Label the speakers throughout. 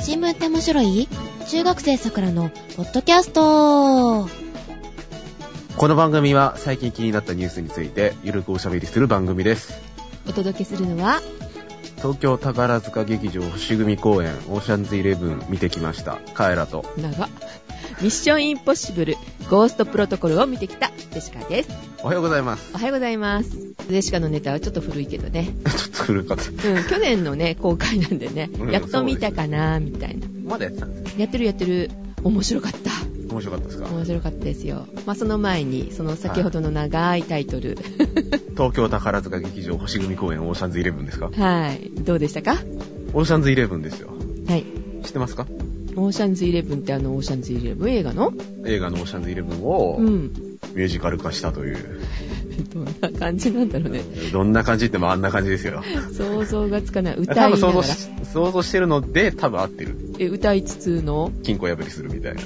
Speaker 1: 新聞って面白い中学生さくらのポッドキャスト
Speaker 2: この番組は最近気になったニュースについてゆるくおしゃべりする番組です
Speaker 1: お届けするのは
Speaker 2: 東京宝塚劇場星組公演オーシャンズイレブン見てきましたカエラと
Speaker 3: 長ミッションインポッシブルゴーストプロトコルを見てきたジェシカです
Speaker 2: おはようございます
Speaker 3: おはようございますジェシカのネタはちょっと古いけどね
Speaker 2: ちょっと古かった
Speaker 3: うん去年のね公開なんでね、
Speaker 2: うん
Speaker 3: やっと見たかなみたいな
Speaker 2: まだやってたんですね
Speaker 3: やってるやってる面白かった
Speaker 2: 面白かったですか
Speaker 3: 面白かったですよまあその前にその先ほどの長いタイトル
Speaker 2: 東京宝塚劇場星組公演オーシャンズイレブンですか
Speaker 3: はい、どうでしたか
Speaker 2: オーシャンズイレブンですよ
Speaker 3: はい
Speaker 2: 知ってますか
Speaker 3: オーシャンズイレブンってあのオーシャンズイレブン映画の
Speaker 2: 映画のオーシャンズイレブンを
Speaker 3: うん
Speaker 2: ミュージカル化したという、
Speaker 3: どんな感じなんだろうね
Speaker 2: どんな感じってもあんな感じですよ
Speaker 3: 想像がつかない歌
Speaker 2: 多
Speaker 3: い
Speaker 2: 分
Speaker 3: な
Speaker 2: 想
Speaker 3: が
Speaker 2: 像
Speaker 3: ら
Speaker 2: し想像してるので多分合ってる
Speaker 3: え歌いつつの
Speaker 2: 金庫破りするみたいな。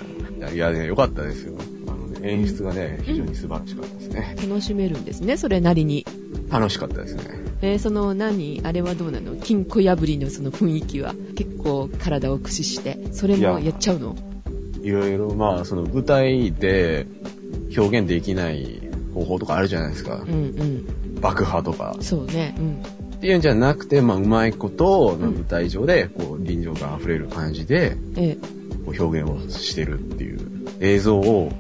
Speaker 2: いやね、良かったですよ。あのね、演出がね、非常に素晴らしかったですね。
Speaker 3: 楽しめるんですねそれなりに
Speaker 2: 楽しかったですね。
Speaker 3: えーその何あれはどうなの金庫破りのその雰囲気は結構体を駆使してそれもやっちゃうの
Speaker 2: いろいろ、まあ、その舞台で表現できない方法とかあるじゃないですか
Speaker 3: うん。うん
Speaker 2: 爆破とか。
Speaker 3: そうねうん
Speaker 2: っていうんじゃなくて、まあ、うまいこと、まあ舞台上で、こう、臨場感溢れる感じで、
Speaker 3: え
Speaker 2: こう表現をしてるっていう映像を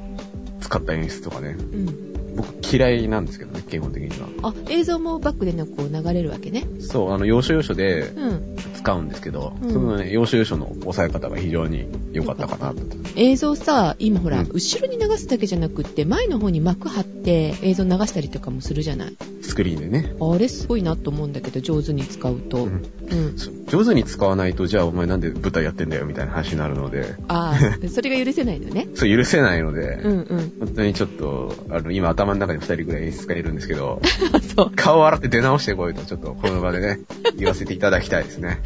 Speaker 2: 使った演出とかね。
Speaker 3: ーうん
Speaker 2: 僕嫌いなんですけどね、基本的には。
Speaker 3: あ映像もバックでのこう流れるわけね
Speaker 2: そう、あの、要所要所で、
Speaker 3: うん
Speaker 2: 使うんですけど、
Speaker 3: うん
Speaker 2: そのね、要所要所の抑え方が非常に良かったかなと。
Speaker 3: 映像さ今ほら、
Speaker 2: うん
Speaker 3: 後ろに流すだけじゃなくって前の方に幕張って映像流したりとかもするじゃない
Speaker 2: スクリーンでね。
Speaker 3: あれすごいなと思うんだけど上手に使うと、う
Speaker 2: う
Speaker 3: んん
Speaker 2: そ上手に使わないと、じゃあお前なんで舞台やってんだよみたいな話になるので、
Speaker 3: あ あそれが許せないのね
Speaker 2: それ許せないので、
Speaker 3: うんうん
Speaker 2: 本当にちょっと、あの、今頭の中に二人ぐらい演出家いるんですけど、
Speaker 3: あそう
Speaker 2: 顔洗って出直してこいと、ちょっとこの場でね、言わせていただきたいです ね。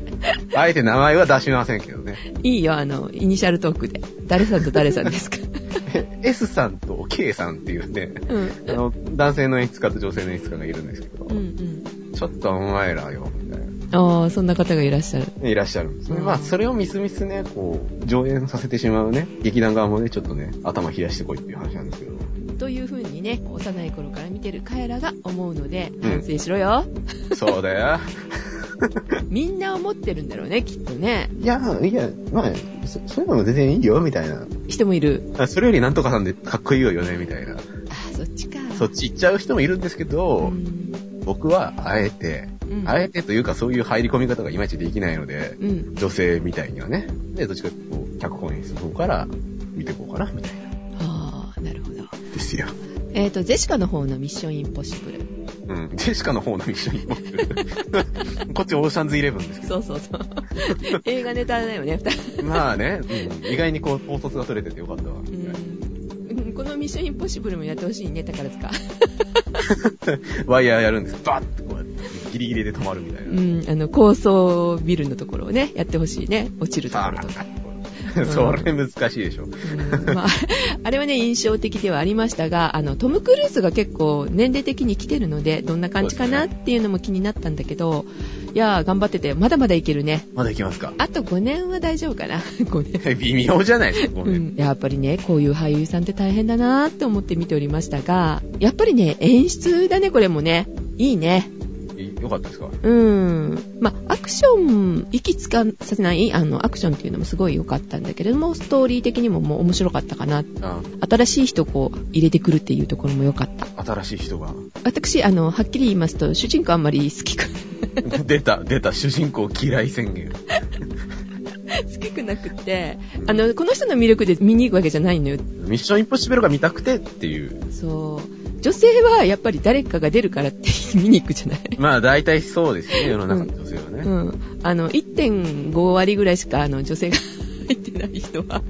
Speaker 2: あえて名前は出しませんけどね。
Speaker 3: いいよあのイニシャルトークで誰さんと誰さんですか
Speaker 2: S さんと K さんっていうね、
Speaker 3: うん
Speaker 2: あの、男性の演出家と女性の演出家がいるんですけど、
Speaker 3: うんうん
Speaker 2: ちょっとお前らよ、みたいな。
Speaker 3: ああそんな方がいらっしゃる
Speaker 2: いらっしゃるんですね。
Speaker 3: うん
Speaker 2: まあ、それをみすみすね、こう、上演させてしまうね、劇団側もね、ちょっとね、頭冷やしてこいっていう話なんですけど。
Speaker 3: というふうにね幼い頃から見てる彼らが思うので
Speaker 2: ん
Speaker 3: 反省しろよ、
Speaker 2: そうだよ。
Speaker 3: みんな思ってるんだろうねきっとね
Speaker 2: いや、いや、まあ、そそういうのも全然いいよ、みたいな。
Speaker 3: 人もいる
Speaker 2: あそれよりなんとかさんでかっこいいよね、みたいな。
Speaker 3: ああそっちか
Speaker 2: そっち行っちゃう人もいるんですけど、
Speaker 3: うん
Speaker 2: 僕は、あえて、
Speaker 3: うん
Speaker 2: あえてというか、そういう入り込み方がいまいちできないので、
Speaker 3: うん
Speaker 2: 女性みたいにはね、で、どっちかっていうとこう、脚本演出の方から見ていこうかな、みたいな。
Speaker 3: ああなるほど
Speaker 2: ですよ。
Speaker 3: えっ、とジェシカの方のミッションインポッシブル
Speaker 2: うん。ジェシカの方のミッションインポッシブルこっちオーシャンズイレブンですけど。
Speaker 3: そうそうそう 映画ネタだよね二人
Speaker 2: まあね、うん意外にこう、統率が取れててよかったわ。
Speaker 3: うんこのミッションインポッシブルもやってほしいね、宝塚。
Speaker 2: ワイヤーやるんです。バッとこうやって、ギリギリで止まるみたいうな。
Speaker 3: ん、あの、高層ビルのところをね、やってほしいね。落ちるとこ
Speaker 2: さ
Speaker 3: ろとか。
Speaker 2: あ、それ難しいでしょ。
Speaker 3: うんまあ、 あれはね、印象的ではありましたが、あの、トム・クルーズが結構年齢的に来てるので、どんな感じかな
Speaker 2: そう
Speaker 3: っ
Speaker 2: で
Speaker 3: ていうのも気になったんだけど、いやー、頑張ってて、まだまだいけるね。
Speaker 2: まだ行きますか
Speaker 3: あと5年は大丈夫かな。5年。
Speaker 2: 微妙じゃないですか、こう
Speaker 3: う
Speaker 2: ね
Speaker 3: ん、やっぱりね、こういう俳優さんって大変だなーって思って見ておりましたが、やっぱりね、演出だね、これもね。いいね。
Speaker 2: いよかったですか
Speaker 3: うん。まあ、アクション、息つかさせない、あの、アクションっていうのもすごい良かったんだけれども、ストーリー的にももう面白かったかな。
Speaker 2: あ
Speaker 3: 新しい人をこう、入れてくるっていうところも良かった。
Speaker 2: 新しい人が。
Speaker 3: 私、あの、はっきり言いますと、主人公あんまり好きく、
Speaker 2: 出た、出た、主人公嫌い宣言。
Speaker 3: 好きくなくて、あの、この人の魅力で見に行くわけじゃないのよ。
Speaker 2: ミッションインポッシブルが見たくてっていう。
Speaker 3: そう。女性はやっぱり誰かが出るからって見に行くじゃない
Speaker 2: まあ、大体そうですね、世の中の女性はね。
Speaker 3: うん。あの、1.5割ぐらいしか、あの、女性が入ってない人は。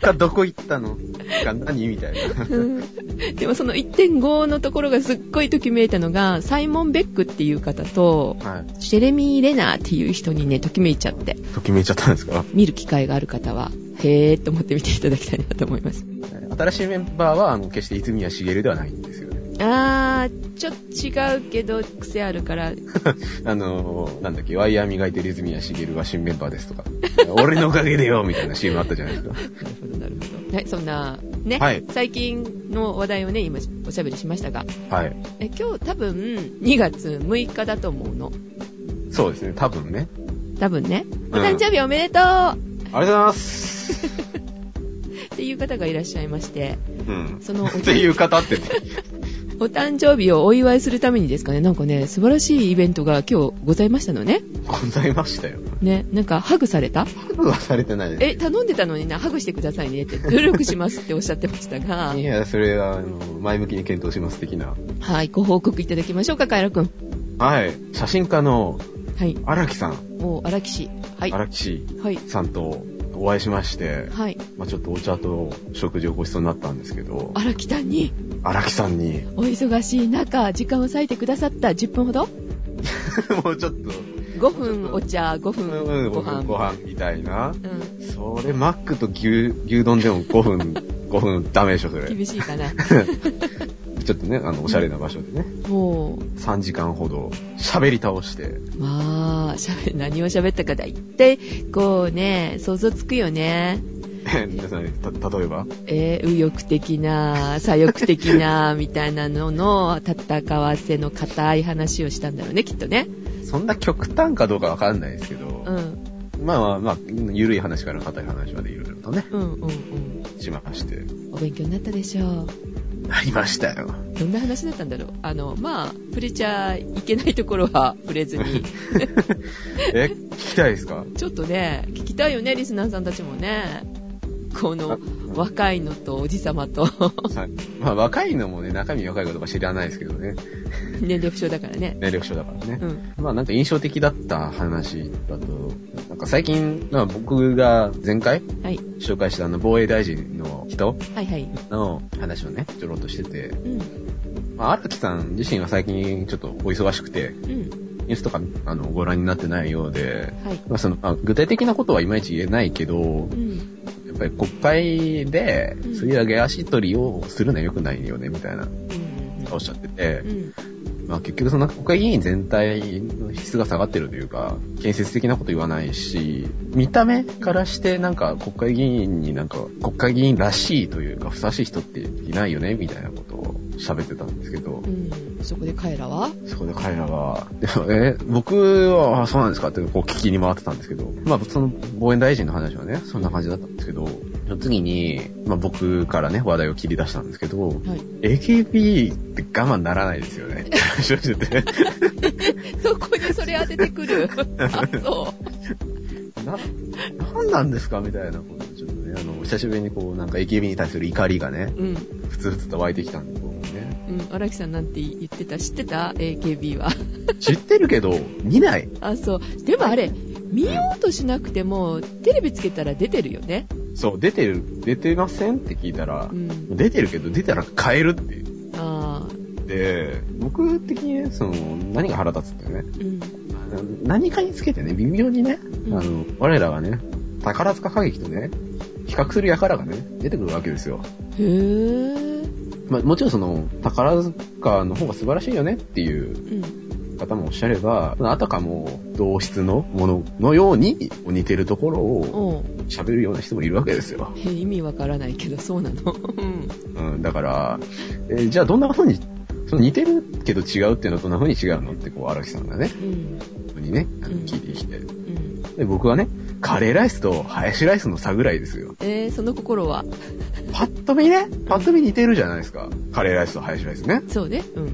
Speaker 2: 他どこ行ったの他何みたいな。
Speaker 3: でもその1.5のところがすっごいときめいたのが、サイモン・ベックっていう方と、
Speaker 2: はい。
Speaker 3: ジェレミー・レナーっていう人にね、ときめいちゃって、
Speaker 2: ときめいちゃったんですか
Speaker 3: 見る機会がある方は、へーっと思って見ていただきたいなと思います。
Speaker 2: 新しいメンバーは、あの、決して泉谷しげるではないんですよね。
Speaker 3: あー、ちょっと違うけど、癖あるから。
Speaker 2: あのー、なんだっけ、ワイヤー磨いてる泉谷しげるは新メンバーですとか、俺のおかげでよ、みたいな CM あったじゃないですか。
Speaker 3: なるほど、なるほど。はい、そんな、ね、
Speaker 2: はい
Speaker 3: 最近の話題をね、今おしゃべりしましたが、
Speaker 2: はい。
Speaker 3: え今日多分2月6日だと思うの。
Speaker 2: そうですね、多分ね。
Speaker 3: 多分ね、
Speaker 2: ん
Speaker 3: お誕生日おめでとう
Speaker 2: ありがとうございます。
Speaker 3: っていう方がいらっしゃいまして、
Speaker 2: うん。
Speaker 3: そのお
Speaker 2: っ
Speaker 3: 誕
Speaker 2: ていう方って、
Speaker 3: お誕生日をお祝いするためにですかね、なんかね、素晴らしいイベントが今日ございましたのね。
Speaker 2: ございましたよ。
Speaker 3: ね、なんかハグされた
Speaker 2: ハグはされてないで
Speaker 3: え、頼んでたのにな、ハグしてくださいねって、努力しますっておっしゃってましたが
Speaker 2: す。い、や、それは、あの、前向きに検討します的な。
Speaker 3: はい、ご報告いただきましょうか、カエラくん。
Speaker 2: はい。写真家の
Speaker 3: はい、
Speaker 2: 荒木さん、
Speaker 3: もう荒木氏。はい、は
Speaker 2: 荒木氏
Speaker 3: い、
Speaker 2: さんとお会いしまして、
Speaker 3: はい、
Speaker 2: まあちょっとお茶と食事をご馳走になったんですけど、
Speaker 3: 荒木さんに
Speaker 2: 荒木さんに、
Speaker 3: お忙しい中、時間を割いてくださった10分ほど
Speaker 2: もうちょっと、
Speaker 3: 5分お茶、5
Speaker 2: う
Speaker 3: 分
Speaker 2: ん
Speaker 3: ご
Speaker 2: ご飯
Speaker 3: 飯。
Speaker 2: ご飯みたいな。
Speaker 3: う
Speaker 2: それ、マックと牛、牛丼でも5分、5分 ダメでしょ、それ。
Speaker 3: ん、
Speaker 2: ち
Speaker 3: 厳しい かな。
Speaker 2: ょっとね、あの、おしゃれな場所でね、
Speaker 3: も
Speaker 2: 3時間ほど喋り倒して、
Speaker 3: う、まあ、しゃべ何を喋ったかだいたい、こうね、想像つくよね。
Speaker 2: 皆さん、た、例えば
Speaker 3: えー右翼的な、左翼的な、みたいなのの戦わせの固い話をしたんだろうね、きっとね。
Speaker 2: そんな極端かどうかわかんないですけど
Speaker 3: う、ん、
Speaker 2: まあまあまあ、ゆるい話から硬い話までいろいろとね、
Speaker 3: うん、うん、うん。
Speaker 2: しまして。
Speaker 3: お勉強になったでしょう。
Speaker 2: ありましたよ。
Speaker 3: どんな話だったんだろう。あの、まあ、触れちゃいけないところは触れずに。
Speaker 2: え、聞きたいですか
Speaker 3: ちょっとね、聞きたいよね、リスナーさんたちもね。この、若いのとおじさまと、
Speaker 2: はいまあ若いのもね、中身若いかどうか知らないですけどね。
Speaker 3: 年齢不詳だからね。
Speaker 2: 年力症だからね。
Speaker 3: うん。
Speaker 2: まあなんか印象的だった話だと、なんか最近、まあ僕が前回
Speaker 3: はい。
Speaker 2: 紹介したあの防衛大臣の人
Speaker 3: はいはい。
Speaker 2: の話をね、ちょろっとしてて、
Speaker 3: うん。
Speaker 2: まあ荒木さん自身は最近ちょっとお忙しくて、
Speaker 3: うん。
Speaker 2: ニュースとかあのご覧になってないようで、
Speaker 3: はい。
Speaker 2: まあその、まあ具体的なことはいまいち言えないけど
Speaker 3: う、ん。
Speaker 2: やっぱり国会で
Speaker 3: うん
Speaker 2: 吸い上げ足取りをするのは良くないよね、みたいな
Speaker 3: うん。
Speaker 2: おっしゃってて
Speaker 3: う、ん。
Speaker 2: まあ結局その国会議員全体の質が下がってるというか、建設的なこと言わないし、見た目からしてなんか国会議員になんか国会議員らしいというかふさわしい人っていないよねみたいなことを喋ってたんですけど
Speaker 3: う、ん。そこで彼らは
Speaker 2: そこで彼らは、でもえ、僕は、あそうなんですかってこう聞きに回ってたんですけど、まあその防衛大臣の話はね、そんな感じだったんですけど、その次に、まあ僕からね、話題を切り出したんですけど、
Speaker 3: はい。
Speaker 2: AKB って我慢ならないですよねって話をしてて。
Speaker 3: そこにそれ当ててくる。 あ、そ
Speaker 2: な、なんなんですかみたいなこと、ちょっとね、あの、久しぶりにこう、なんか AKB に対する怒りがね、
Speaker 3: う。うん。
Speaker 2: ふつふつと湧いてきたんで、こうね。
Speaker 3: うん。荒木さんなんて言ってた知ってた ?AKB は。
Speaker 2: 知ってるけど、見ない。
Speaker 3: あ、そう。でもあれ、見ようとしなくても、テレビつけたら出てるよね。
Speaker 2: そう、出てる、出てませんって聞いたら
Speaker 3: う、ん。
Speaker 2: 出てるけど、出たら変えるって
Speaker 3: ああ。
Speaker 2: 言って、僕的にね、その、何が腹立つってね、
Speaker 3: うん。
Speaker 2: あの何かにつけてね、微妙にね、あ
Speaker 3: う
Speaker 2: の、我らがね、宝塚歌劇とね、比較する輩がね、出てくるわけですよ。
Speaker 3: へー。
Speaker 2: まあ、もちろんその、宝塚の方が素晴らしいよねっていう
Speaker 3: うん。
Speaker 2: 方もおっしゃれば、あたかも同質のもののように似てるところを
Speaker 3: おう
Speaker 2: 喋るような人もいるわけですよ。
Speaker 3: え意味わからないけど、そうなの。 うん。
Speaker 2: うん、だから、えーじゃあどんな風に、その似てるけど違うっていうのはどんな風に違うのって、こう、荒木さんがね、
Speaker 3: うん。
Speaker 2: 僕にね、あ
Speaker 3: う
Speaker 2: の
Speaker 3: ん
Speaker 2: 聞いてきて。
Speaker 3: うん。
Speaker 2: で、僕はね、カレーライスとハヤシライスの差ぐらいですよ。
Speaker 3: えー、その心は
Speaker 2: パッと見ね、パッと見似てるじゃないですか。カレーライスとハヤシライスね。
Speaker 3: そうね。うん。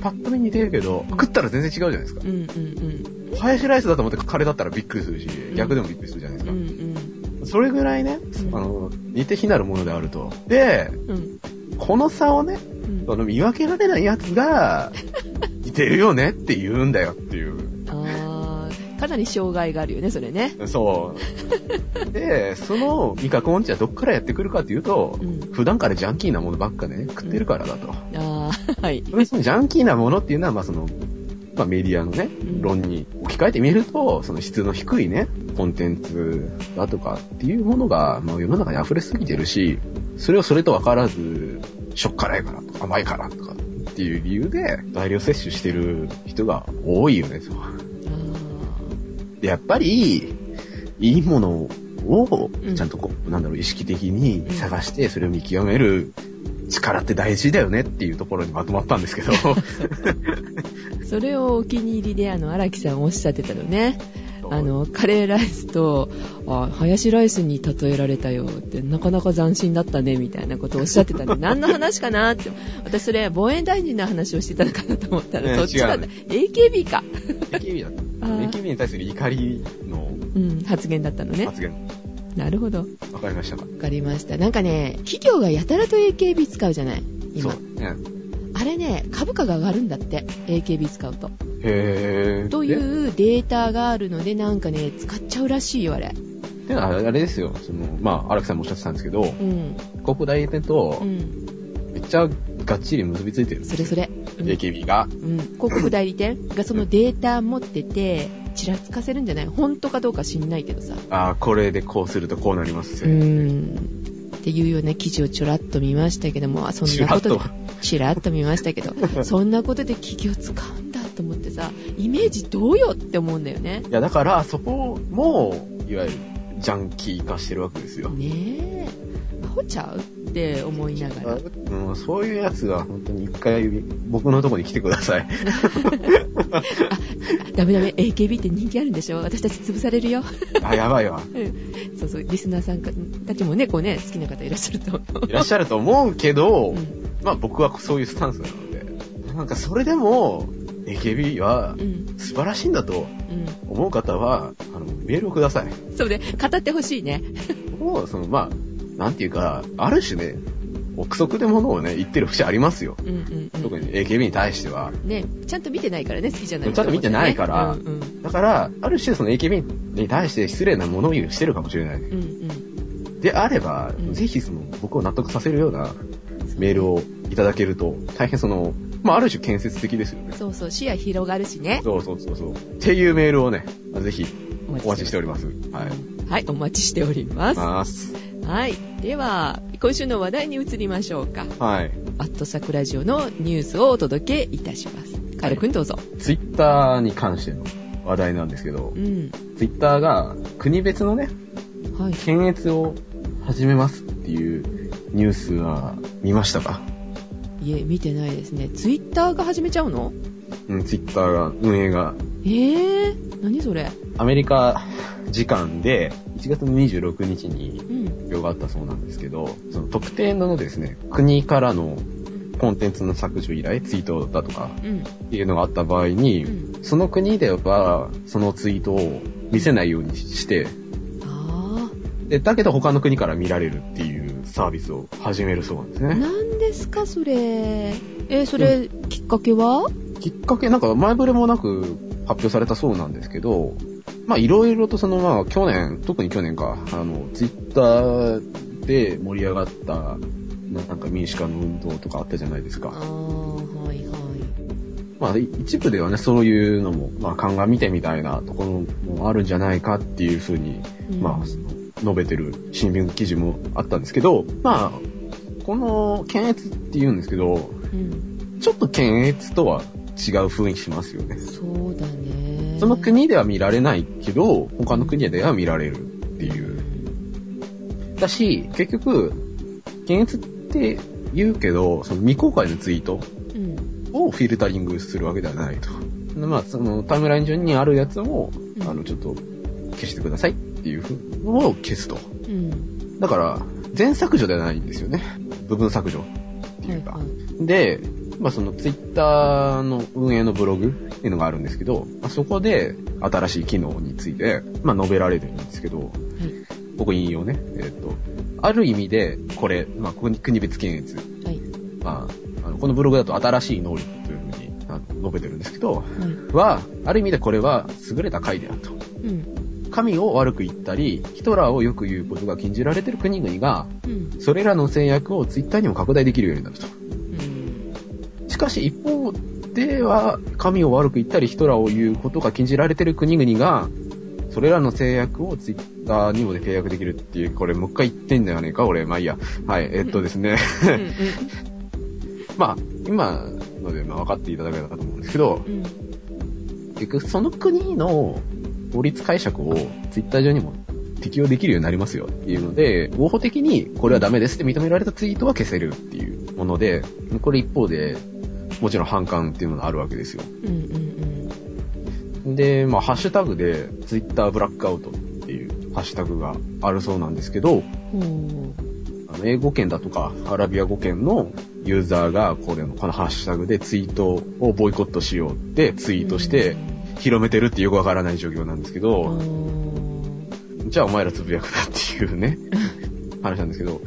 Speaker 2: パッと見似てるけど、食ったら全然違うじゃないですか
Speaker 3: う。んうん
Speaker 2: ハヤシライスだと思ってカレーだったらびっくりするし、
Speaker 3: ん
Speaker 2: 逆でもびっくりするじゃないで
Speaker 3: うん。
Speaker 2: す
Speaker 3: う
Speaker 2: か。
Speaker 3: ん
Speaker 2: それぐらいね、
Speaker 3: うん
Speaker 2: あの、似て非なるものであると。で、
Speaker 3: うん。うん。
Speaker 2: この差をね、
Speaker 3: うん
Speaker 2: その見分けられないやつ が、似てるよねって言うんだよっていう。
Speaker 3: あー、かなり障害があるよね、それね。
Speaker 2: そう。で、その味覚音痴はどっからやってくるかっていうと、
Speaker 3: うん
Speaker 2: 普段からジャンキーなものばっかね、食ってるからだと。
Speaker 3: あー、はい。
Speaker 2: それそのジャンキーなものっていうのは、まあその、まあメディアのね
Speaker 3: ん、
Speaker 2: 論に置き換えてみると、その質の低いね、コンテンツだとかっていうものが、まあ世の中に溢れすぎてるし、それをそれと分からず、しょっ辛いからとか甘いからとか、っていう理由で、大量摂取してる人が多いよね、そうでやっぱり、いいものを
Speaker 3: う、ん
Speaker 2: ちゃんとこう、なんだろう、意識的に探して、それを見極める力って大事だよねっていうところにまとまったんですけ ど、
Speaker 3: それをお気に入りであの荒木さんおっしゃってたのねあ
Speaker 2: そう、
Speaker 3: のカレーライスとあハヤシライスに例えられたよってなかなか斬新だったねみたいなことをおっしゃってたんで何の話かなって私それ防衛大臣の話をしてたのかなと思ったら
Speaker 2: ね
Speaker 3: どっちか
Speaker 2: 違
Speaker 3: だ
Speaker 2: う
Speaker 3: AKB か、
Speaker 2: AKB だった。
Speaker 3: あー
Speaker 2: AKB に対する怒りの
Speaker 3: うん、発言だったのね
Speaker 2: 発言、
Speaker 3: なるほどわ
Speaker 2: わかりましたか
Speaker 3: かりましたなんかね企業がやたらと AKB 使うじゃない
Speaker 2: そ
Speaker 3: 今
Speaker 2: う。ね、
Speaker 3: あれね株価が上がるんだって AKB 使うと
Speaker 2: へー。
Speaker 3: と
Speaker 2: で
Speaker 3: いうデータがあるのでなんかね使っちゃうらしいよあれ
Speaker 2: で、あれあれですよ、その、まあ、荒木さんもおっしゃってたんですけど、
Speaker 3: うん
Speaker 2: 広告代理店と
Speaker 3: う、ん
Speaker 2: めっちゃがっちり結びついてる。
Speaker 3: それそれ、うん
Speaker 2: AKB が。
Speaker 3: うん、広告代理店がそのデータ持ってて、ちらつかせるんじゃない本当かどうか知んないけどさ。
Speaker 2: あーこれでこうするとこうなります
Speaker 3: う
Speaker 2: よ。
Speaker 3: ん。っていうような記事をちょらっと見ましたけども、あそんなことで
Speaker 2: ち
Speaker 3: ちら
Speaker 2: ら、
Speaker 3: っと見ましたけど、そんなことで企業使うんだと思ってさ、イメージどうよって思うんだよね。
Speaker 2: いや、だから、そこも、いわゆる、ジャンキー化してるわけですよ。
Speaker 3: ねえ、アホちゃうって思いながら。
Speaker 2: うん、そういうやつが、本当に一回、僕のとこに来てください。
Speaker 3: ダメダメ、AKB って人気あるんでしょ私たち潰されるよ。
Speaker 2: あ、やばいわ。
Speaker 3: そうそう、リスナーさんかたちもね、こうね、好きな方いらっしゃると思
Speaker 2: いらっしゃると思うけど、
Speaker 3: う。うん。
Speaker 2: まあ僕はそういうスタンスなので、なんかそれでも、AKB は
Speaker 3: うん。
Speaker 2: 素晴らしいんだと
Speaker 3: うん。
Speaker 2: 思う方は、あの、メールをください。
Speaker 3: そうね、語ってほしいね。
Speaker 2: もう、その、まあ、なんていうか、ある種ね、憶測でものをね、言ってる節ありますよ。
Speaker 3: うんうん、うん。
Speaker 2: 特に AKB に対しては。
Speaker 3: ね、ちゃんと見てないからね、好きじゃない
Speaker 2: ちゃんと見てないから
Speaker 3: うんうん
Speaker 2: だから、ある種その AKB に対して失礼な物言いをしてるかもしれない。
Speaker 3: うん
Speaker 2: であれば、
Speaker 3: うん
Speaker 2: ぜひその、僕を納得させるようなメールをいただけると、大変その、まあ、ある種建設的ですよ
Speaker 3: うん。
Speaker 2: ね。
Speaker 3: そうそう、視野広がるしね。
Speaker 2: そうそうそうそう。っていうメールをね、ぜひお待ちしてお
Speaker 3: り
Speaker 2: ります。はい。
Speaker 3: ます。はい、お待ちしております。
Speaker 2: ます。
Speaker 3: はい。では、今週の話題に移りましょうか。
Speaker 2: はい。
Speaker 3: アットサクラジオのニュースをお届けいたします。カエルくんどうぞ。
Speaker 2: ツイッターに関しての話題なんですけど
Speaker 3: う、ん。
Speaker 2: ツイッターが国別のね、
Speaker 3: はい。
Speaker 2: 検閲を始めますっていうニュースは見ましたか
Speaker 3: いえ、見てないですね。ツイッターが始めちゃうの
Speaker 2: うん、ツイッターが、運営が、
Speaker 3: ええー、何それ。
Speaker 2: アメリカ時間で1月の26日に
Speaker 3: うん。
Speaker 2: 発表があったそうなんですけど、その特定のですね、国からのコンテンツの削除依頼、ツイートだとか
Speaker 3: うん。
Speaker 2: っていうのがあった場合に、
Speaker 3: うん。
Speaker 2: その国ではそのツイートを見せないようにして、
Speaker 3: あ
Speaker 2: で、だけど他の国から見られるっていうサービスを始めるそうなんです
Speaker 3: あ。
Speaker 2: ね。
Speaker 3: なんですか、それ。えー、それ、きっかけは
Speaker 2: きっかけ、なんか前触れもなく発表されたそうなんですけど、まあいろいろとそのまあ去年、特に去年か、あの、ツイッターで盛り上がった、ななんか民主化の運動とかあったじゃないです
Speaker 3: あ
Speaker 2: か。
Speaker 3: あ、はいはい。
Speaker 2: まあい一部ではね、そういうのも、まあ鑑みてみたいなところもあるんじゃないかっていうふうに、
Speaker 3: うん
Speaker 2: まあその、述べてる新聞記事もあったんですけど、まあ、この検閲って言うんですけど、
Speaker 3: うん、
Speaker 2: ちょっと検閲とは違う雰囲気しますよね。
Speaker 3: そうだね。
Speaker 2: その国では見られないけど、他の国では見られるっていう。だし、結局、検閲って言うけど、その未公開のツイート
Speaker 3: うん、
Speaker 2: をフィルタリングするわけではないと。まあ、そのタイムライン上にあるやつを、
Speaker 3: うん
Speaker 2: あの、ちょっと消してくださいっていうのを消すと。
Speaker 3: うん、
Speaker 2: だから、全削除ではないんですよね。部分削除っていうか。
Speaker 3: はいはい
Speaker 2: で、まあ、そのツイッターの運営のブログっていうのがあるんですけど、まあ、そこで新しい機能について、まあ、述べられてるんですけど、僕引用ね、えっ、と、ある意味で、これ、まあ、ここに国別検閲、
Speaker 3: はい、
Speaker 2: まあ、あのこのブログだと新しい能力というふうにあの述べてるんですけど、
Speaker 3: はい、
Speaker 2: は、ある意味でこれは優れた回であると。
Speaker 3: うん、
Speaker 2: 神を悪く言ったり、ヒトラーをよく言うことが禁じられてる国々が、
Speaker 3: うん、
Speaker 2: それらの制約をツイッターにも拡大できるようになると。
Speaker 3: うん、
Speaker 2: しかし一方では、神を悪く言ったりヒトラーを言うことが禁じられている国々が、それらの制約をツイッターにもで契約できるっていう、これもう一回言ってんだ よねか、俺。まあいいや。はい、えっとですね。
Speaker 3: うん
Speaker 2: まあ、今、ので、まあ、分かっていただけたらと思うんですけど
Speaker 3: う、ん。
Speaker 2: 結局その国の法律解釈をツイッター上にも適用できるようになりますよっていうので、合法的にこれはダメですって認められたツイートは消せるっていうもので、これ一方で、もちろん反感っていうものがあるわけですよ。
Speaker 3: うんうん
Speaker 2: で、まあ、ハッシュタグで、ツイッターブラックアウトっていうハッシュタグがあるそうなんですけど、
Speaker 3: うん。ほ
Speaker 2: あの英語圏だとかアラビア語圏のユーザーがこれのこのハッシュタグでツイートをボイコットしようってツイートして広めてるってよくわからない状況なんですけ
Speaker 3: う。
Speaker 2: ど、
Speaker 3: ん
Speaker 2: じゃあお前らつぶやくなっていうね、話なんですけど、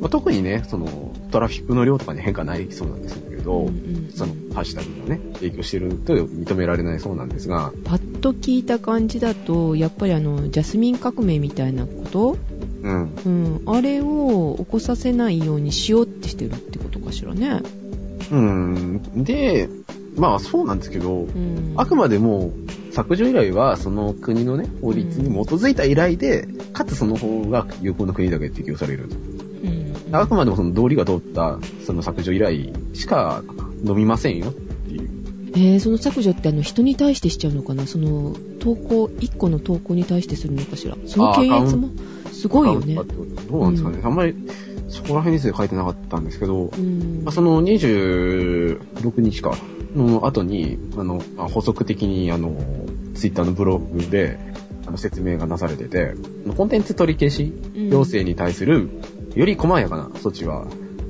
Speaker 2: まあ特にね、そのトラフィックの量とかに変化ないそうなんですけど、そのハッシュタグがね、影響してると認められないそうなんですが、
Speaker 3: パッと聞いた感じだとやっぱりあのジャスミン革命みたいなこと、
Speaker 2: うん。
Speaker 3: うん、あれを起こさせないようにしようってしてるってことかしらね、
Speaker 2: うん。で、まあそうなんですけど、
Speaker 3: うん、
Speaker 2: あくまでも削除依頼はその国のね、法律に基づいた依頼で、かつその方が有効な国だけ適用される。
Speaker 3: うん
Speaker 2: あくまでもその道理が通ったその削除依頼しか飲みませんよっていう。
Speaker 3: えーその削除ってあの人に対してしちゃうのかなその投稿1個の投稿に対してするのかしらその検閲もすごいよね
Speaker 2: アカウントってことどうなんですかね。
Speaker 3: う
Speaker 2: あんまりそこら辺について書いてなかったんですけど、
Speaker 3: うん
Speaker 2: まあ、その26日かの後に、あの、まあ補足的にあの、ツイッターのブログで、あの説明がなされてて、コンテンツ取り消し
Speaker 3: うん
Speaker 2: 行政に対するより細やかな措置は、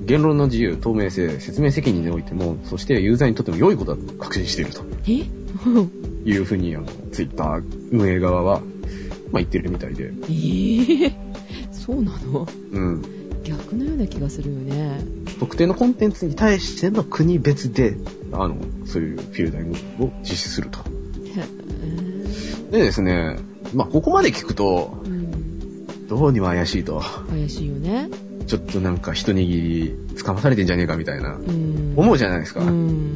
Speaker 2: 言論の自由、透明性、説明責任においても、そしてユーザーにとっても良いことだと確信していると
Speaker 3: え
Speaker 2: いうふうに、あの、ツイッター運営側は、まあ、言ってるみたいで。
Speaker 3: えーそうなの
Speaker 2: うん。
Speaker 3: 逆のような気がするよね
Speaker 2: 特定のコンテンツに対しての国別で、あの、そういうフィルタリングを実施すると。
Speaker 3: へー
Speaker 2: でですね、まあ、ここまで聞くと、
Speaker 3: うん
Speaker 2: どうにも怪しいと。
Speaker 3: 怪しいよね
Speaker 2: ちょっとなんか一握り掴まされてんじゃねえかみたいな、
Speaker 3: うん
Speaker 2: 思うじゃないですか。
Speaker 3: うん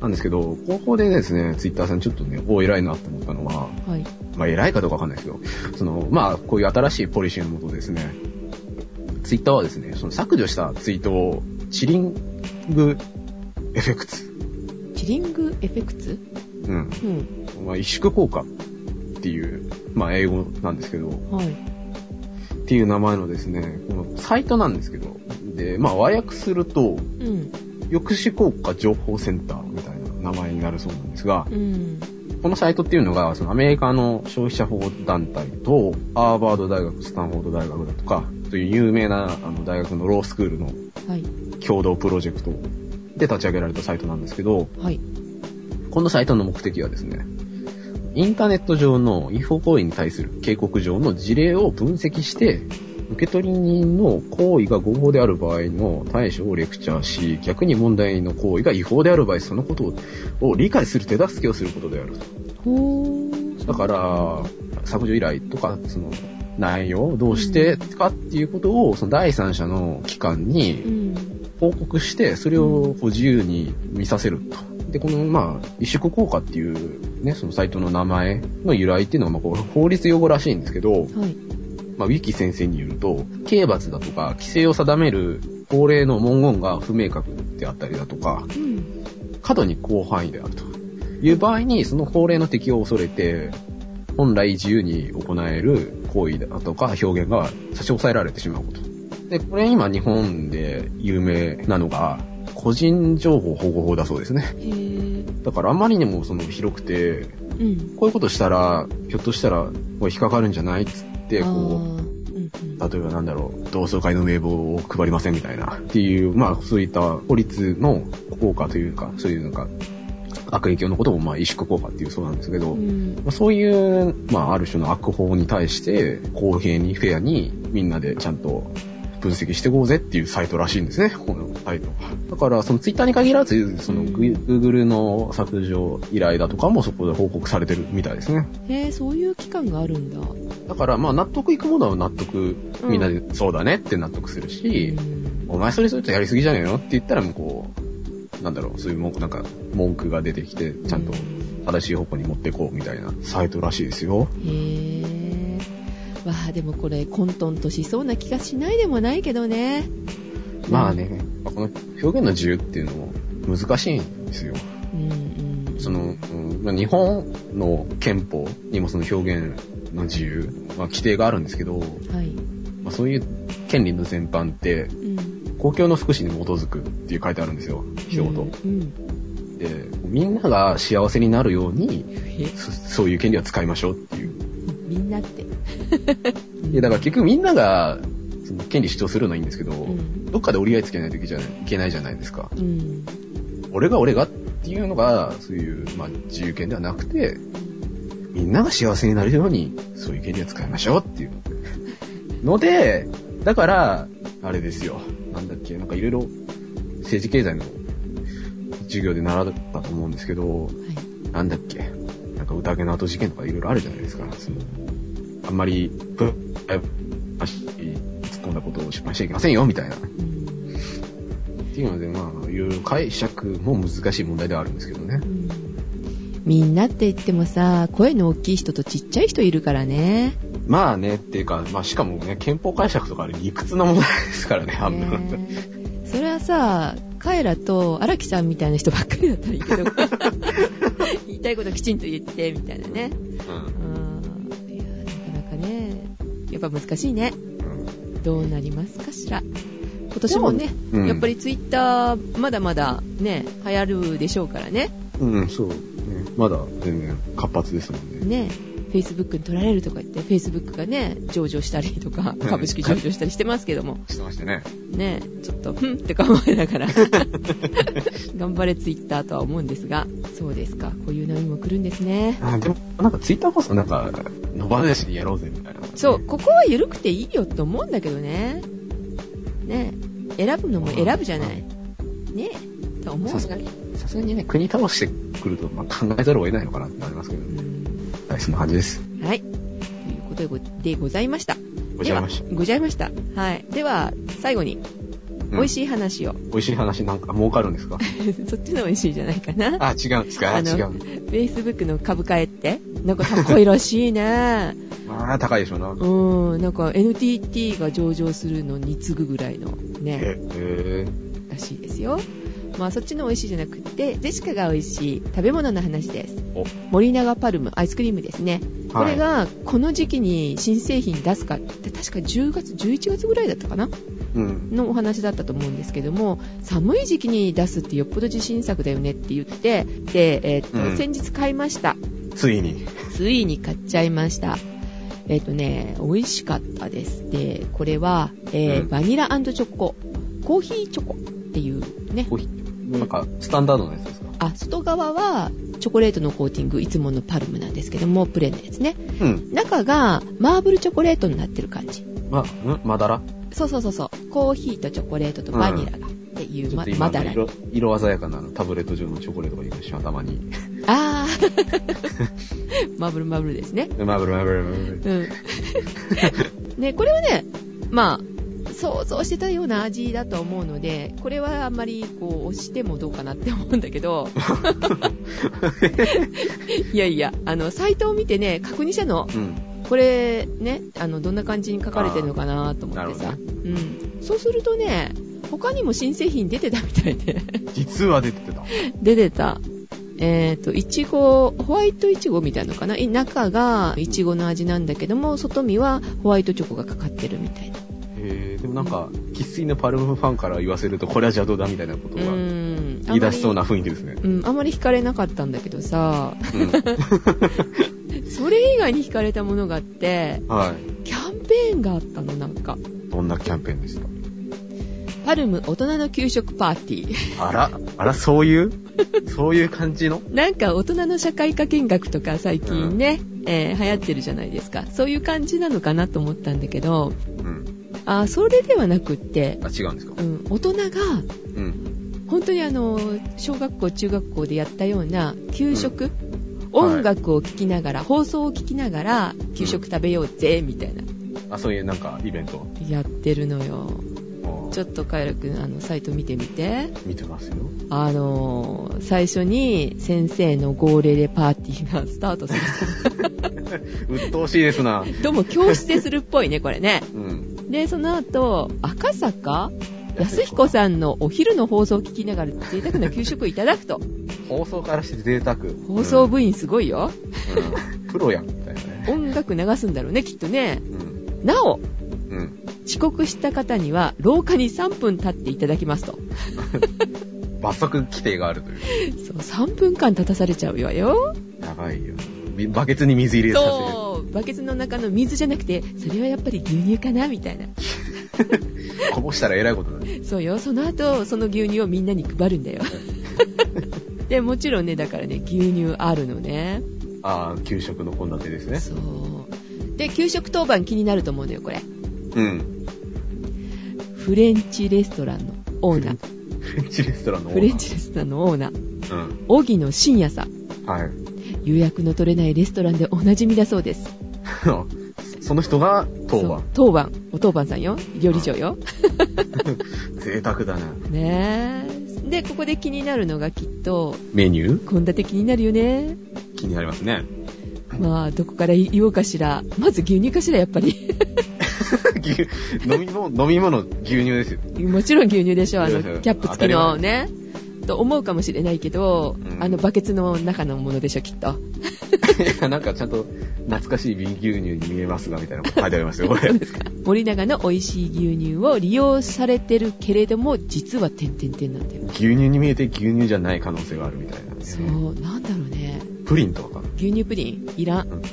Speaker 2: なんですけど、ここでですね、ツイッターさんちょっとね、お偉いなって思ったのは、
Speaker 3: はい
Speaker 2: まあ偉いかどうかわかんないですけど、その、まあこういう新しいポリシーのもとですね、ツイッターはですね、その削除したツイートを、チリングエフェクツ、
Speaker 3: チリングエフェクツ
Speaker 2: うん、
Speaker 3: うん
Speaker 2: まあ萎縮効果っていう、まあ英語なんですけど、
Speaker 3: はい
Speaker 2: っていう名前のですね、このサイトなんですけど、で、まあ和訳すると、
Speaker 3: うん
Speaker 2: 抑止効果情報センターみたいな名前になるそうなんですが、
Speaker 3: うん
Speaker 2: このサイトっていうのが、そのアメリカの消費者保護団体と、ハーバード大学、スタンフォード大学だとか、という有名なあの大学のロースクールの
Speaker 3: はい
Speaker 2: 共同プロジェクトで立ち上げられたサイトなんですけど、
Speaker 3: はい
Speaker 2: このサイトの目的はですね、インターネット上の違法行為に対する警告上の事例を分析して、受取人の行為が合法である場合の対処をレクチャーし、逆に問題の行為が違法である場合、そのことを理解する手助けをすることであると。
Speaker 3: ほー
Speaker 2: だから、削除依頼とか、その、内容をどうしてかっていうことを、その第三者の機関
Speaker 3: う
Speaker 2: に
Speaker 3: ん
Speaker 2: 報告して、それをこう自由に見させると。で、この、まあ、萎縮効果っていうね、そのサイトの名前の由来っていうのは、まあ、こう法律用語らしいんですけど、
Speaker 3: はい
Speaker 2: まあ、ウィキ先生によると、刑罰だとか、規制を定める法令の文言が不明確であったりだとか、
Speaker 3: うん
Speaker 2: 過度に広範囲であるという場合に、その法令の適用を恐れて、本来自由に行える行為だとか表現が差し押さえられてしまうこと。で、これ今日本で有名なのが、個人情報保護法だそうですね。
Speaker 3: へー
Speaker 2: だからあまりにもその広くて、
Speaker 3: うん
Speaker 2: こういうことしたら、ひょっとしたら、これ引っかかるんじゃないっつって、
Speaker 3: あー
Speaker 2: こう、
Speaker 3: うんうん
Speaker 2: 例えばなんだろう、同窓会の名簿を配りませんみたいな、っていう、まあそういった法律の効果というか、そういうなんか、悪影響のことをまあ萎縮効果っていうそうなんですけど、
Speaker 3: う
Speaker 2: ま
Speaker 3: ん
Speaker 2: あそういう、まあある種の悪法に対して、公平にフェアにみんなでちゃんと分析していこうぜっていうサイトらしいんですね、このサイトは。だから、そのツイッターに限らず、その
Speaker 3: うん
Speaker 2: Google の削除依頼だとかもそこで報告されてるみたいですね。
Speaker 3: へーそういう期間があるんだ
Speaker 2: だから、まあ納得いくものは納得、みんなでそうだねって納得するし、
Speaker 3: うん
Speaker 2: お前それするとやりすぎじゃねえのって言ったらもうこう、なんだろう、そういう文句、なんか文句が出てきて、ちゃんと正しい方向に持ってこうみたいなサイトらしいですよ。
Speaker 3: へえ。わあ、でもこれ混沌としそうな気がしないでもないけどね。
Speaker 2: まあね、まあこの表現の自由っていうのも、難しいんですよ。
Speaker 3: うんうん
Speaker 2: その、うんまあ日本の憲法にもその表現の自由、まあ、規定があるんですけど、
Speaker 3: はい、
Speaker 2: まあ、そういう権利の全般って、
Speaker 3: うん、
Speaker 2: 公共の福祉に基づくっていう書いてあるんですよ、一言。
Speaker 3: うん
Speaker 2: で、みんなが幸せになるように、
Speaker 3: え
Speaker 2: そそういう権利は使いましょうって いう。
Speaker 3: みんなって
Speaker 2: いや、だから結局みんなが、その権利主張するのはいいんですけど、
Speaker 3: ん
Speaker 2: どっかで折り合いつけないといけじゃないいけないじゃないですか。
Speaker 3: うん
Speaker 2: 俺が俺がっていうのが、そういう、まあ、自由権ではなくて、みんなが幸せになれるように、そういう権利は使いましょうっていう。ので、だから、あれですよ。なんだっけ、なんかいろいろ、政治経済の授業で習ったと思うんですけど、
Speaker 3: はい
Speaker 2: なんだっけ、なんか宴の後事件とかいろいろあるじゃないですか。そのあんまり、ぶ、あ足突っ込んだことを失敗しちゃいけませんよ、みたいな。
Speaker 3: うん
Speaker 2: っていうので、まあ、いろいろ解釈も難しい問題ではあるんですけどね
Speaker 3: う。んみんなって言ってもさ声の大きい人とちっちゃい人いるからね
Speaker 2: まあね、っていうか、まあしかもね、憲法解釈とかあれ理屈な問題ですからね、半分。
Speaker 3: ねえそれはさ彼らと荒木さんみたいな人ばっかりだったらいいけど 言いたいこときちんと言ってみたいなねうんいやなかなかねやっぱ難しいね
Speaker 2: うん
Speaker 3: どうなりますかしら今年もね、
Speaker 2: でもうん
Speaker 3: やっぱりツイッターまだまだね流行るでしょうからね
Speaker 2: うん、うん、そう、ね。まだ全然活発ですもんね。
Speaker 3: ねフェイスブックに取られるとか言ってフェイスブックがね上場したりとか株式上場したりしてますけども
Speaker 2: してましたね。
Speaker 3: ねちょっとふんって考えながら 頑張れツイッターとは思うんですがそうですかこういう波も来るんですね
Speaker 2: あでも、なんかツイッターこそなんか、野放しでやろうぜみたいな。
Speaker 3: そうここは緩くていいよと思うんだけどねね選ぶのも選ぶじゃないねと思う
Speaker 2: さすがに、さすがにね、国倒してくると、まあ、考えざるを得ないのかなってなりますけど
Speaker 3: う
Speaker 2: ね。
Speaker 3: ん
Speaker 2: はい、そんな感じです。
Speaker 3: はいということでごでございました
Speaker 2: ごちゃまし
Speaker 3: ではございましたはいでは最後に美味
Speaker 2: い。
Speaker 3: しい話を、
Speaker 2: うん美味しい話なんか儲かるんですか
Speaker 3: そっちの美味しいじゃないかな
Speaker 2: あ、違うんですかあ
Speaker 3: あの
Speaker 2: 違う。
Speaker 3: Facebook の株買えってなんか高いらしいね
Speaker 2: まあ、高いでしょうな。
Speaker 3: うんなんか NTT が上場するのに次ぐぐらいの
Speaker 2: え
Speaker 3: ね、
Speaker 2: え
Speaker 3: らしいですよまあそっちの美味しいじゃなくてジェシカが美味しい食べ物の話です
Speaker 2: お
Speaker 3: 森永パルムアイスクリームですね、
Speaker 2: ー。
Speaker 3: これ
Speaker 2: はい、
Speaker 3: がこの時期に新製品出すかって確か10月11月ぐらいだったかな
Speaker 2: うん。
Speaker 3: のお話だったと思うんですけども寒い時期に出すってよっぽど自信作だよねって言ってで、えーっと
Speaker 2: うん
Speaker 3: 先日買いました
Speaker 2: ついに。
Speaker 3: ついに買っちゃいましたえーっ、とね美味しかったですでこれは、えー
Speaker 2: うん
Speaker 3: バニラチョココーヒーチョコっていうね
Speaker 2: コーヒー。なんか、スタンダードのやつですか
Speaker 3: あ外側はチョコレートのコーティングいつものパルムなんですけどもプレーンのやつね
Speaker 2: うん。
Speaker 3: 中がマーブルチョコレートになってる感じ
Speaker 2: ま、んまだら
Speaker 3: そうそうそうそうコーヒーとチョコレートとバニラがってい
Speaker 2: ち
Speaker 3: う
Speaker 2: ょっ
Speaker 3: ま,、
Speaker 2: と今、
Speaker 3: まだら
Speaker 2: 色色鮮やかなあのタブレット状のチョコレートがいました、頭に。
Speaker 3: あー マブルマブルですね。
Speaker 2: マブルマブルマブル。
Speaker 3: うん。ね、これはね、まあ、想像してたような味だと思うので、これはあんまりこう、押してもどうかなって思うんだけ ど、いやいや、あの、サイトを見てね、確認したの。
Speaker 2: うん。
Speaker 3: これね、あの、どんな感じに書かれてるのかなと思って
Speaker 2: あ
Speaker 3: さ。
Speaker 2: ーな
Speaker 3: うん。そうするとね、他にも新製品出てたみたいで。
Speaker 2: 実は出てた。
Speaker 3: 出てた。えっ、と、いちご、ホワイトいちごみたいのかなえ中がいちごの味なんだけども、外見はホワイトチョコがかかってるみたいな。
Speaker 2: えー、でもなんか、喫水のパルムファンから言わせると、これは邪道だみたいなこと
Speaker 3: う
Speaker 2: が
Speaker 3: ーん。
Speaker 2: 言い出しそう
Speaker 3: な。
Speaker 2: な雰囲気ですね。
Speaker 3: うん、あまり惹かれなかったんだけどさ、
Speaker 2: うん。
Speaker 3: それ以外に惹かれたものがあって、
Speaker 2: はい。
Speaker 3: キャンペーンがあったの、なんか。
Speaker 2: どんなキャンペーンでし
Speaker 3: パルム大人の給食パーティー。
Speaker 2: たあら、あら、そういうそういう感じの
Speaker 3: なんか大人の社会科見学とか最近ね、えー流行ってるじゃないですか。そういう感じなのかなと思ったんだけど、
Speaker 2: うん。
Speaker 3: あー、それではなくって、
Speaker 2: あ、違うんですか
Speaker 3: うん、大人が
Speaker 2: うん。
Speaker 3: 本当にあの小学校中学校でやったような給食、
Speaker 2: はい
Speaker 3: 音楽を聴きながら、放送を聴きながら給食食べようぜみたいな、
Speaker 2: あ、そういうなんか、イベント。
Speaker 3: やってるのよちょ
Speaker 2: っ
Speaker 3: っとカエラくんあのサイト見てみて
Speaker 2: と。見てますよ。
Speaker 3: あのー最初に先生の号令でパーティーがスタートする
Speaker 2: 鬱陶しいですな。
Speaker 3: どうも教室でするっぽいねこれね
Speaker 2: うん。
Speaker 3: でその後赤坂安彦さんのお昼の放送を聞きながら贅沢な給食をいただくと。
Speaker 2: 放送からして贅沢。
Speaker 3: 放送部員すごいよ。
Speaker 2: うん、うんプロやん、みたいなね。
Speaker 3: 音楽流すんだろうね、きっとね。
Speaker 2: うん。
Speaker 3: なお、
Speaker 2: うん。
Speaker 3: 遅刻した方には廊下に3分立っていただきますと。
Speaker 2: 罰則規定があるという。
Speaker 3: そう、3分間立たされちゃうわよ。
Speaker 2: やばいよ。みバケツに水入れさ
Speaker 3: そう、バケツの中の水じゃなくて、それはやっぱり牛乳かなみたいな。
Speaker 2: せる。こぼしたらえらいことになる。
Speaker 3: そうよ、その後、その牛乳をみんなに配るんだよ。で、もちろんね、だからね、牛乳あるのね。
Speaker 2: ああ、給食の献立ですね。
Speaker 3: そう。で、給食当番気になると思うのよ、これ。
Speaker 2: うん。
Speaker 3: フレンチレストランのオーナー。
Speaker 2: フレンチレストランのオー
Speaker 3: フ
Speaker 2: ナー
Speaker 3: レンチレストランのオーナー、
Speaker 2: うん。
Speaker 3: 荻野真也さん。
Speaker 2: はい。
Speaker 3: 予約の取れないレストランでおなじみだそうです。
Speaker 2: その人が当
Speaker 3: そう
Speaker 2: 番。
Speaker 3: 当番。お当番さんよ。料理長よ。
Speaker 2: 贅沢だな。
Speaker 3: ねえ。で、ここで気になるのがきっと、
Speaker 2: メニュ
Speaker 3: 献立気になるよね。
Speaker 2: ー気になりますね。
Speaker 3: まあ、どこから言おうかしら。まず牛乳かしら、やっぱ り。
Speaker 2: 牛 飲み物、飲み物、牛乳ですよ。
Speaker 3: もちろん牛乳でしょ。あの、
Speaker 2: そうそう
Speaker 3: キャップ付きのね。と思うかもしれないけど、
Speaker 2: うん
Speaker 3: あのバケツの中のものでしょ、きっと。
Speaker 2: いやなんかちゃんと懐かしい瓶牛乳に見えますが、みたいなこと書いてありますよ、こ れ。
Speaker 3: 森永の美味しい牛乳を利用されてるけれども、実は点々点なんだよ。
Speaker 2: 牛乳に見えて牛乳じゃない可能性があるみたいな、ね。
Speaker 3: そう、なんだろうね。
Speaker 2: プリンとかか。
Speaker 3: 牛乳プリンいらん
Speaker 2: うん。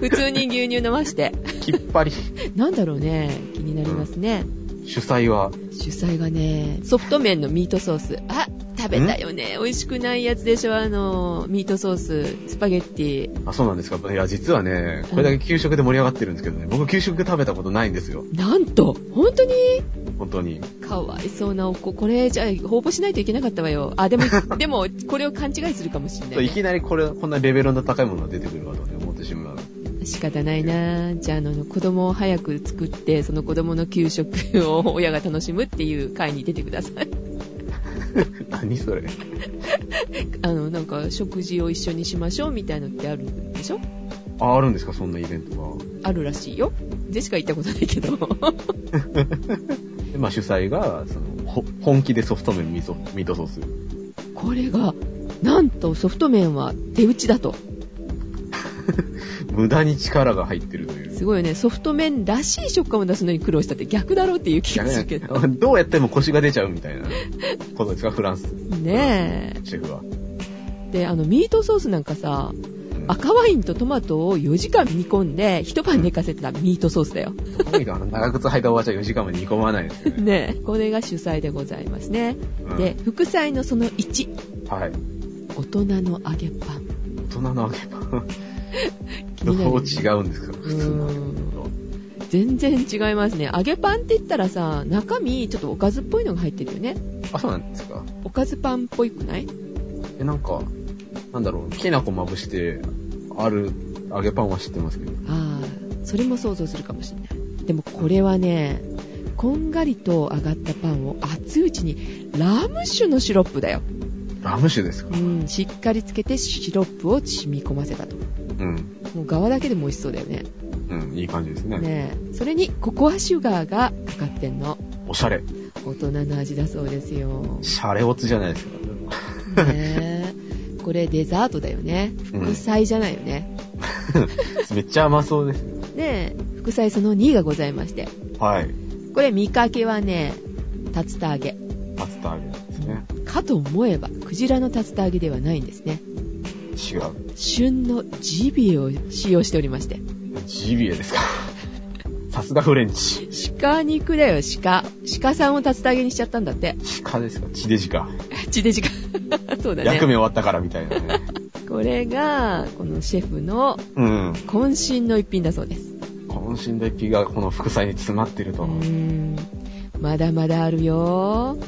Speaker 3: 普通に牛乳飲まして。
Speaker 2: きっぱり。
Speaker 3: なんだろうね。気になりますね。
Speaker 2: 主催は、
Speaker 3: 主催がね、ソフト麺のミートソース。あ、食べたよね。美味しくないやつでしょ。あの、ミートソース、スパゲッティ。
Speaker 2: あ、そうなんですか。いや、実はね、これだけ給食で盛り上がってるんですけどね、僕給食食べたことないんですよ。
Speaker 3: なんと、本当に
Speaker 2: 本当に。
Speaker 3: かわいそうなお子。これ、じゃあ、応募しないといけなかったわよ。あ、 でも、でも、これを勘違いするかもしれないい。
Speaker 2: きなりこれ、こんなレベルの高いものが出てくるかとね思ってし まう。
Speaker 3: 仕方ないなじゃあ、あの、子供を早く作って、その子供の給食を親が楽しむっていう会に出てください。
Speaker 2: 何それ。
Speaker 3: あの、なんか、食事を一緒にしましょうみたいのってあるんでしょ
Speaker 2: あ、あるんですか、そんなイベントが。
Speaker 3: あるらしいよ。でしか行ったことないけど。
Speaker 2: でまあ、主催が、その、ほ本気でソフト麺ミートミートソース。
Speaker 3: これが、なんとソフト麺は手打ちだと。
Speaker 2: 無駄に力が入ってるという。
Speaker 3: すごいよね。ソフト麺らしい食感を出すのに苦労したって逆だろうっていう気がするけど。
Speaker 2: どうやっても腰が出ちゃうみたいなことですか、フランス
Speaker 3: ね
Speaker 2: シェフは。
Speaker 3: え。で、あの、ミートソースなんかさ、
Speaker 2: うん
Speaker 3: 赤ワインとトマトを4時間煮込んで、一晩寝かせたミートソースだよ。
Speaker 2: とにかくあの長靴履いたおばあちゃん4時間も煮込まないですよね。
Speaker 3: ねえ。これが主催でございますね。
Speaker 2: うん
Speaker 3: で、副菜のその1、
Speaker 2: はい。
Speaker 3: 大人の揚げパン。
Speaker 2: 大人の揚げパン。
Speaker 3: 気
Speaker 2: ど
Speaker 3: になる
Speaker 2: う違うんですか、普通の揚げパンと。
Speaker 3: 全然違いますね。揚げパンって言ったらさ、中身ちょっとおかずっぽいのが入ってるよね。
Speaker 2: あ、そうなんですか
Speaker 3: おかずパンっぽいくない
Speaker 2: え、なんか、なんだろう、きな粉まぶしてある揚げパンは知ってますけど。
Speaker 3: ああ、それも想像するかもしれない。でもこれはね、こんがりと揚がったパンを熱いうちにラム酒のシロップだよ。
Speaker 2: ラム酒ですか
Speaker 3: うん、しっかりつけてシロップを染み込ませたと。
Speaker 2: うん。
Speaker 3: もう側だけでも美味しそうだよね。
Speaker 2: うん、いい感じですね。
Speaker 3: ねえ。それにココアシュガーがかかってんの。
Speaker 2: おしゃれ。
Speaker 3: 大人の味だそうです よ。
Speaker 2: シャレオツじゃないですか。
Speaker 3: ねえ。これデザートだよね。
Speaker 2: うん
Speaker 3: 副菜じゃないよね。
Speaker 2: めっちゃ甘そうです。
Speaker 3: で、副菜その2がございまして。
Speaker 2: はい。
Speaker 3: これ見かけはね、竜田揚げ。
Speaker 2: パスタ揚げですね。
Speaker 3: かと思えば、クジラの竜田揚げではないんですね。
Speaker 2: 違う。
Speaker 3: 旬のジビエを使用しておりまして。
Speaker 2: ジビエですか。さすがフレンチ。
Speaker 3: 鹿肉だよ、鹿。鹿さんを竜田揚げにしちゃったんだって。
Speaker 2: 鹿ですか地デジか。
Speaker 3: 地デジか。 そうだ
Speaker 2: 役
Speaker 3: ね。
Speaker 2: 目終わったからみたいなね。
Speaker 3: これが、このシェフの
Speaker 2: うん。
Speaker 3: 渾身の一品だそうです。
Speaker 2: 渾身の一品がこの副菜に詰まってる
Speaker 3: う
Speaker 2: と。
Speaker 3: ーん。まだまだあるよ。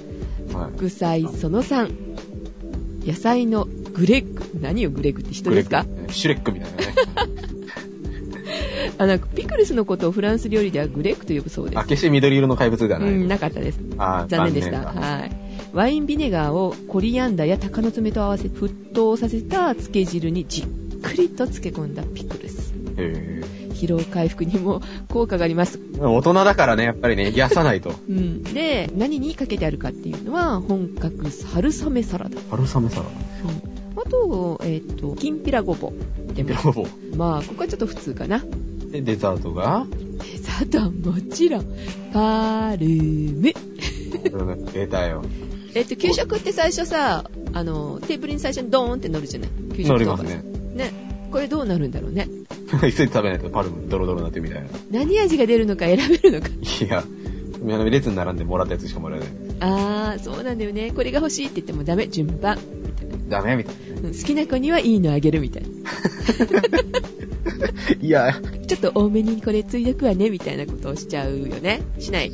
Speaker 2: はい。
Speaker 3: 副菜その3。野菜のグレッグ。何よ、グレッグって人ですか
Speaker 2: グレッグシュレックみたいなね。
Speaker 3: あの、ピクルスのことをフランス料理ではグレッグと呼ぶそうで
Speaker 2: あ、
Speaker 3: す。
Speaker 2: 決して緑色の怪物では
Speaker 3: う
Speaker 2: ない。
Speaker 3: ん、なかったです。
Speaker 2: あー
Speaker 3: 残念でした。
Speaker 2: 残念だ
Speaker 3: はい。ワインビネガーをコリアンダーや鷹の爪と合わせ沸騰させた漬け汁にじっくりと漬け込んだピクルス。
Speaker 2: へえ。
Speaker 3: 疲労回復にも効果があります。
Speaker 2: 大人だからね、やっぱりね、癒さな いと。
Speaker 3: うん。で、何にかけてあるかっていうのは、本格春雨サラダ。
Speaker 2: 春雨サラ
Speaker 3: あと、えっ、と、きんぴらごぼう。
Speaker 2: ダ。ロボ。
Speaker 3: まあ、ここはちょっと普通かな。デ
Speaker 2: で、デザート が、
Speaker 3: ザートはもちろん、パルム。
Speaker 2: 出たよ。
Speaker 3: えっ、と、給食って最初さ、あの、テーブルに最初にドーンって乗るじゃない給食
Speaker 2: 乗り
Speaker 3: 当
Speaker 2: ま
Speaker 3: 番
Speaker 2: すね。
Speaker 3: ね。これどうなるんだろうね。
Speaker 2: 急いで食べないとパルムドロドロになってみたいな。
Speaker 3: 何味が出るのか選べるのか。
Speaker 2: いや、あの列に並んでもらったやつしかもらえない。
Speaker 3: あー、そうなんだよね。これが欲しいって言ってもダメ、順番。
Speaker 2: ダメみたい
Speaker 3: うん好きな子にはいいのあげるみたいな。
Speaker 2: な。い や、
Speaker 3: ちょっと多めにこれついとくわね、みたいなことをしちゃうよね。しない。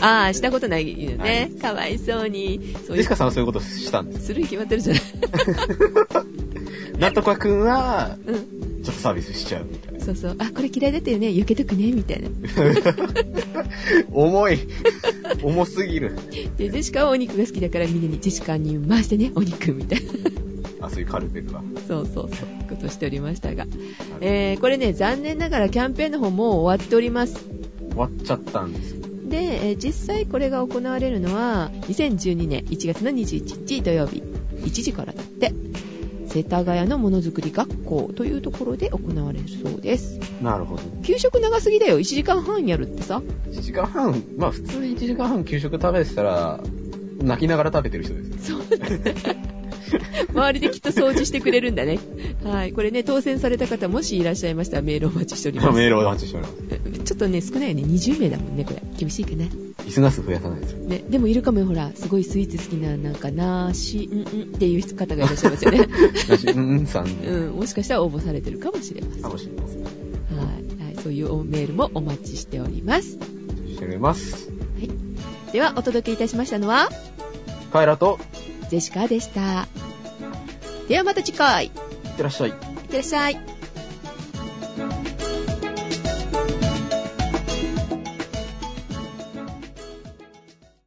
Speaker 3: ああ、したことないよね。かわいそうに。そうい
Speaker 2: ジェ
Speaker 3: う
Speaker 2: シカさんはそういうことしたんです。
Speaker 3: するに決まってるじゃない。
Speaker 2: なんとかくんは、
Speaker 3: うん。
Speaker 2: ちょっとサービスしちゃうみたいな。
Speaker 3: そうそう。あ、これ嫌いだったよね。避けとくね、みたいな。
Speaker 2: 重い。 重すぎる。
Speaker 3: で、ジェシカはお肉が好きだから、みんなにジェシカに回してね、お肉、みたいな。
Speaker 2: あ、そういうカルペルが。
Speaker 3: そうそうそう。ことをしておりましたが。えー、これね、残念ながらキャンペーンの方もう終わっております。
Speaker 2: 終わっちゃったんです。
Speaker 3: で、えー実際これが行われるのは2012年1月の21日土曜日1時からだって世田谷のものづくり学校というところで行われるそうです
Speaker 2: なるほど。
Speaker 3: 給食長すぎだよ1時間半やるってさ
Speaker 2: 1時間半、まあ普通に1時間半給食食べてたら、泣きながら食べてる人 です
Speaker 3: そ
Speaker 2: よ。
Speaker 3: う周りできっと掃除してくれるんだねはいこれね当選された方もしいらっしゃいましたらメールをお待ちしております
Speaker 2: メールをお待ちしております。
Speaker 3: ちょっとね少ないよね20名だもんねこれ厳しいかな
Speaker 2: リスナー数増やさないです よ。
Speaker 3: ね、でもいるかもよ、ほら、すごいスイーツ好きな、なんか、なーし、うんうんっていう方がいらっしゃいますよね。
Speaker 2: なしうんうんさん。
Speaker 3: うん、もしかしたら応募されてるかもしれません。
Speaker 2: か
Speaker 3: は
Speaker 2: もしれません。
Speaker 3: い、はい、そういうメールもお待ちしております。
Speaker 2: しております。
Speaker 3: では、お届けいたしましたのは、
Speaker 2: カエラと、
Speaker 3: ジェシカでした。ではまた次回、い
Speaker 2: いってらっしゃい。
Speaker 3: ってらっしゃい。